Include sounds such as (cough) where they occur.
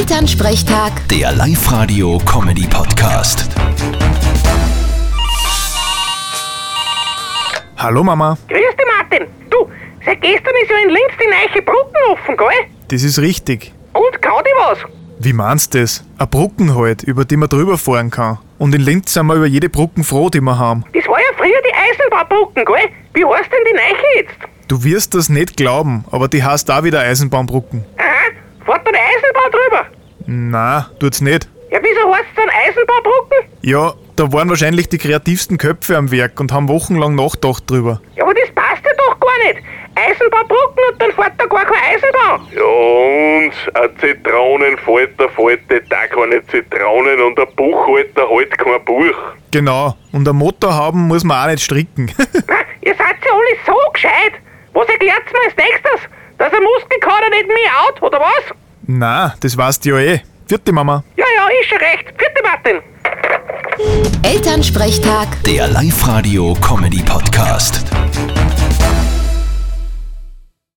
Elternsprechtag, Der Live-Radio-Comedy-Podcast. Hallo Mama, Grüß dich, Martin. Du, seit gestern ist ja in Linz die neue Brücken offen, gell? das ist richtig. Und kann die was? Wie meinst du das? Eine Brücken halt, über die man drüber fahren kann. Und in Linz sind wir über jede Brücken froh, die wir haben. Das war ja früher die Eisenbahnbrücken, gell? Wie heißt denn die neue jetzt? Du wirst das nicht glauben, aber die heißt da wieder Eisenbahnbrücken. Aha, fährt da die Eisenbahn drüber? Na, tut's nicht. Ja, wieso heißt es dann Eisenbahnbrücken? Ja, da waren wahrscheinlich die kreativsten Köpfe am Werk und haben wochenlang nachgedacht drüber. Ja, aber das passt ja doch gar nicht. Eisenbahnbrücken und dann fährt da gar keine Eisenbahn. Ja, und ein Zitronenfalter faltet da keine Zitronen und ein Buchhalter halt kein Buch. Genau, und ein Motor haben muss man auch nicht stricken. (laughs) Na, ihr seid ja alle so gescheit. Was erklärt's mir als nächstes? Dass ein Muskelkater nicht mehr out, oder was? Na, das weißt du ja eh. Vierte Mama. Ja, ja, ist schon recht. Vierte Martin. Elternsprechtag. Der Live-Radio-Comedy-Podcast.